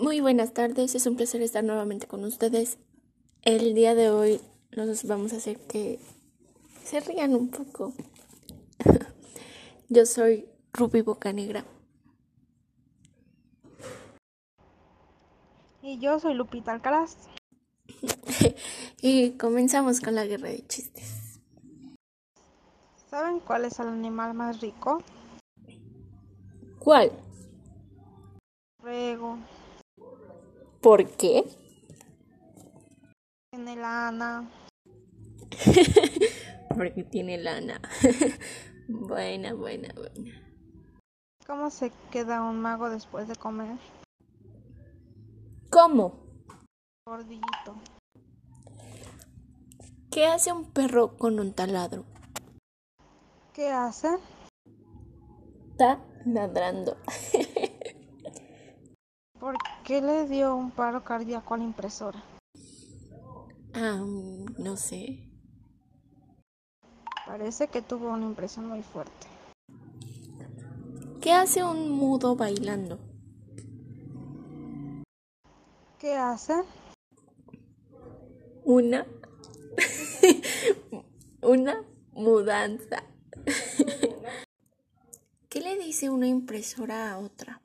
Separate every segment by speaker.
Speaker 1: Muy buenas tardes, es un placer estar nuevamente con ustedes. El día de hoy nos vamos a hacer que se rían un poco. Yo soy Ruby Bocanegra.
Speaker 2: Y yo soy Lupita Alcaraz.
Speaker 1: y comenzamos con la guerra de chistes.
Speaker 2: ¿Saben cuál es el animal más rico?
Speaker 1: ¿Cuál?
Speaker 2: Borrego.
Speaker 1: ¿Por qué?
Speaker 2: Tiene lana.
Speaker 1: Porque tiene lana. buena, buena, buena.
Speaker 2: ¿Cómo se queda un mago después de comer?
Speaker 1: ¿Cómo?
Speaker 2: Gordillito.
Speaker 1: ¿Qué hace un perro con un taladro?
Speaker 2: ¿Qué hace?
Speaker 1: Está ladrando.
Speaker 2: ¿Por qué le dio un paro cardíaco a la impresora?
Speaker 1: Ah, mm, no sé.
Speaker 2: Parece que tuvo una impresión muy fuerte.
Speaker 1: ¿Qué hace un mudo bailando?
Speaker 2: ¿Qué hace?
Speaker 1: Una. una mudanza. ¿Qué le dice una impresora a otra?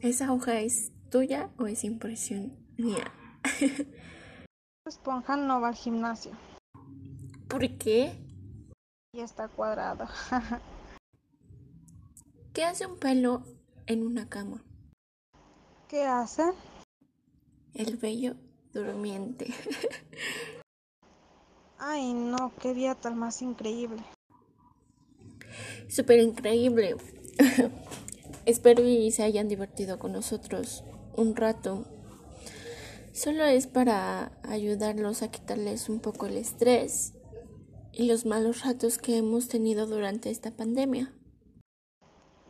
Speaker 1: ¿Esa hoja es tuya o es impresión mía?
Speaker 2: Esponja no va al gimnasio
Speaker 1: ¿Por qué?
Speaker 2: y está cuadrado.
Speaker 1: ¿Qué hace un pelo en una cama?
Speaker 2: ¿Qué hace?
Speaker 1: El bello durmiente.
Speaker 2: Ay, no, qué día tan más increíble.
Speaker 1: Súper increíble. Espero y se hayan divertido con nosotros un rato. Solo es para ayudarlos a quitarles un poco el estrés y los malos ratos que hemos tenido durante esta pandemia.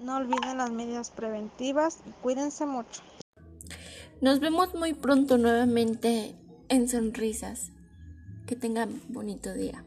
Speaker 2: No olviden las medidas preventivas y cuídense mucho.
Speaker 1: Nos vemos muy pronto nuevamente en Sonrisas. Que tengan bonito día.